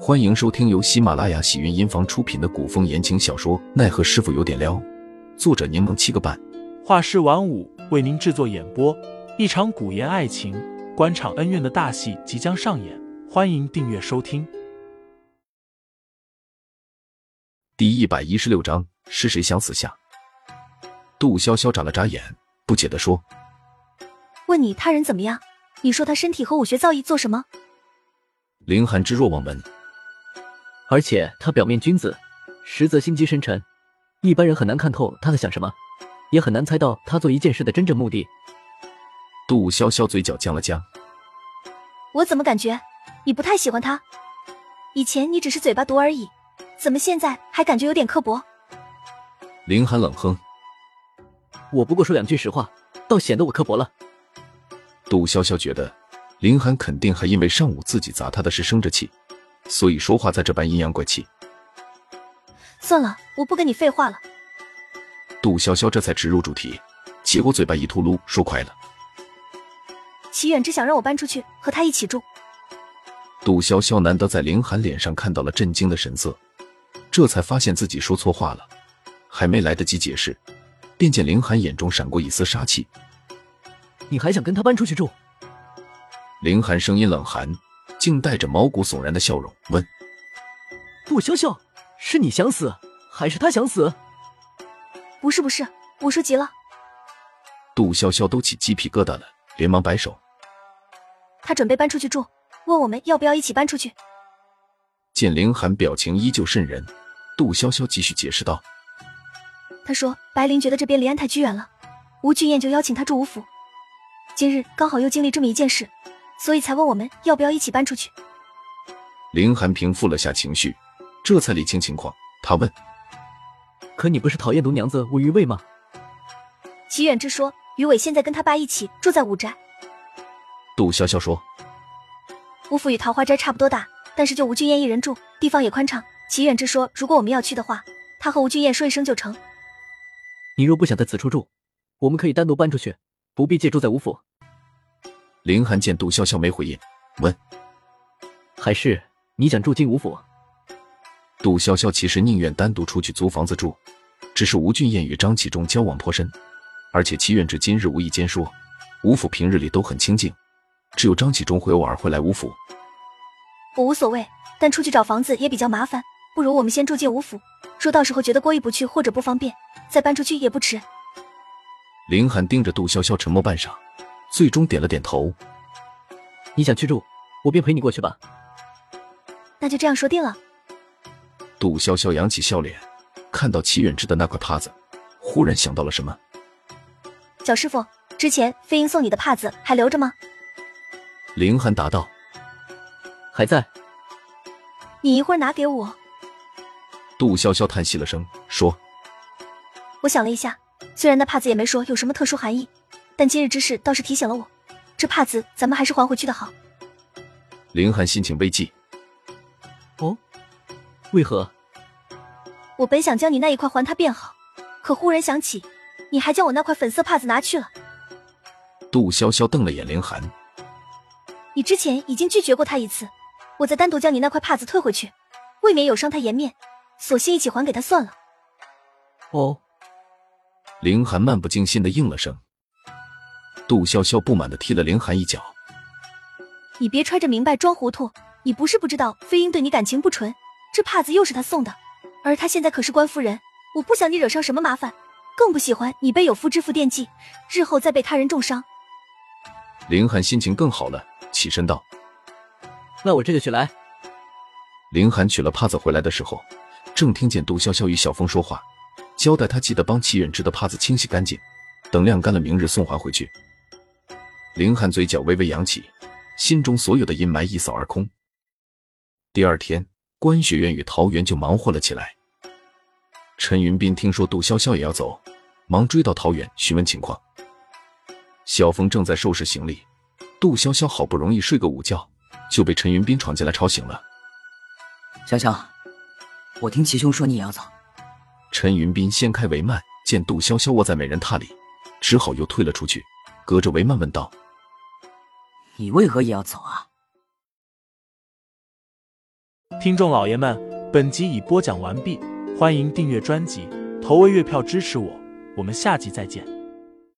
欢迎收听由喜马拉雅喜云音房出品的古风言情小说《奈何师傅有点撩》，作者柠檬七个半，画师晚舞为您制作演播。一场古言爱情、官场恩怨的大戏即将上演，欢迎订阅收听。第一百一十六章是谁想死下？杜潇潇眨了眨眼，不解地说问你他人怎么样？你说他身体和武学造诣做什么？：“凌寒之若望闻，而且他表面君子，实则心机深沉，一般人很难看透他在想什么，也很难猜到他做一件事的真正目的。杜潇潇嘴角僵了僵。我怎么感觉你不太喜欢他？以前你只是嘴巴毒而已，怎么现在还感觉有点刻薄？凌寒冷哼，我不过说两句实话，倒显得我刻薄了。杜潇潇觉得凌寒肯定还因为上午自己砸他的事生着气，所以说话才这般阴阳怪气。算了，我不跟你废话了。杜潇潇这才直入主题，结果嘴巴一秃噜说快了。齐远之想让我搬出去和他一起住，杜潇潇难得在凌寒脸上看到了震惊的神色，这才发现自己说错话了，还没来得及解释，便见凌寒眼中闪过一丝杀气。你还想跟他搬出去住？凌寒声音冷寒，竟带着毛骨悚然的笑容，问杜潇潇，是你想死，还是他想死？不是不是，我说急了，杜潇潇都起鸡皮疙瘩了，连忙摆手。他准备搬出去住，问我们要不要一起搬出去。见凌寒表情依旧瘆人，杜潇潇继续解释道。他说白灵觉得这边离安泰居远了，吴俊彦就邀请他住吴府。今日刚好又经历这么一件事，所以才问我们要不要一起搬出去。凌寒平复了下情绪，这才理清情况。他问可你不是讨厌毒娘子吴于蔚吗？齐远之说，于伟现在跟他爸一起住在武宅，杜潇潇说吴府与桃花斋差不多大，但是就吴俊彦一人住，地方也宽敞。齐远之说，如果我们要去的话，他和吴俊彦说一声就成。你若不想在此处住，我们可以单独搬出去，不必借住在吴府。：“凌寒见杜潇潇没回应，还是你想住进吴府？杜潇潇其实宁愿单独出去租房子住，只是吴俊彦与张启忠交往颇深，而且齐远志今日无意间说，吴府平日里都很清静，只有张启忠会偶尔会来吴府。我无所谓，但出去找房子也比较麻烦，不如我们先住进吴府，说到时候觉得过意不去或者不方便，再搬出去也不迟。林寒盯着杜潇潇沉默半晌，最终点了点头。你想去住，我便陪你过去吧。那就这样说定了。杜潇潇扬起笑脸，看到齐远志的那块帕子，忽然想到了什么。小师傅，之前飞鹰送你的帕子还留着吗？林寒答道。还在，你一会儿拿给我。杜潇潇叹息了声，说我想了一下，虽然那帕子也没说有什么特殊含义，但今日之事倒是提醒了我，这帕子咱们还是还回去的好。：“林寒心情危急。哦为何？我本想将你那一块还他便好，可忽然想起，你还将我那块粉色帕子拿去了。”杜潇潇瞪了眼林寒，你之前已经拒绝过他一次，我再单独将你那块帕子退回去，未免有伤他颜面，索性一起还给他算了。哦，林寒漫不经心的应了声。杜潇潇不满的踢了林寒一脚。你别揣着明白装糊涂，你不是不知道飞鹰对你感情不纯，这帕子又是他送的，而他现在可是官夫人，我不想你惹上什么麻烦，更不喜欢你被有夫之妇惦记，日后再被他人重伤。林寒心情更好了，起身道。那我这就去来。林寒取了帕子回来的时候，正听见杜潇潇与小峰说话，交代他记得帮齐远之的帕子清洗干净，等晾干了明日送还回去。林寒嘴角微微扬起，心中所有的阴霾一扫而空。第二天，关学院与桃园就忙活了起来。陈云斌听说杜潇潇也要走，忙追到桃园询问情况。小峰正在收拾行李，杜潇潇好不容易睡个午觉，就被陈云斌闯进来吵醒了。潇潇，我听齐兄说你也要走，陈云斌掀开帷幔，见杜潇潇卧在美人榻里，只好又退了出去，隔着帷幔问道你为何也要走啊？听众老爷们，本集已播讲完毕，欢迎订阅专辑，投喂月票支持我，我们下集再见。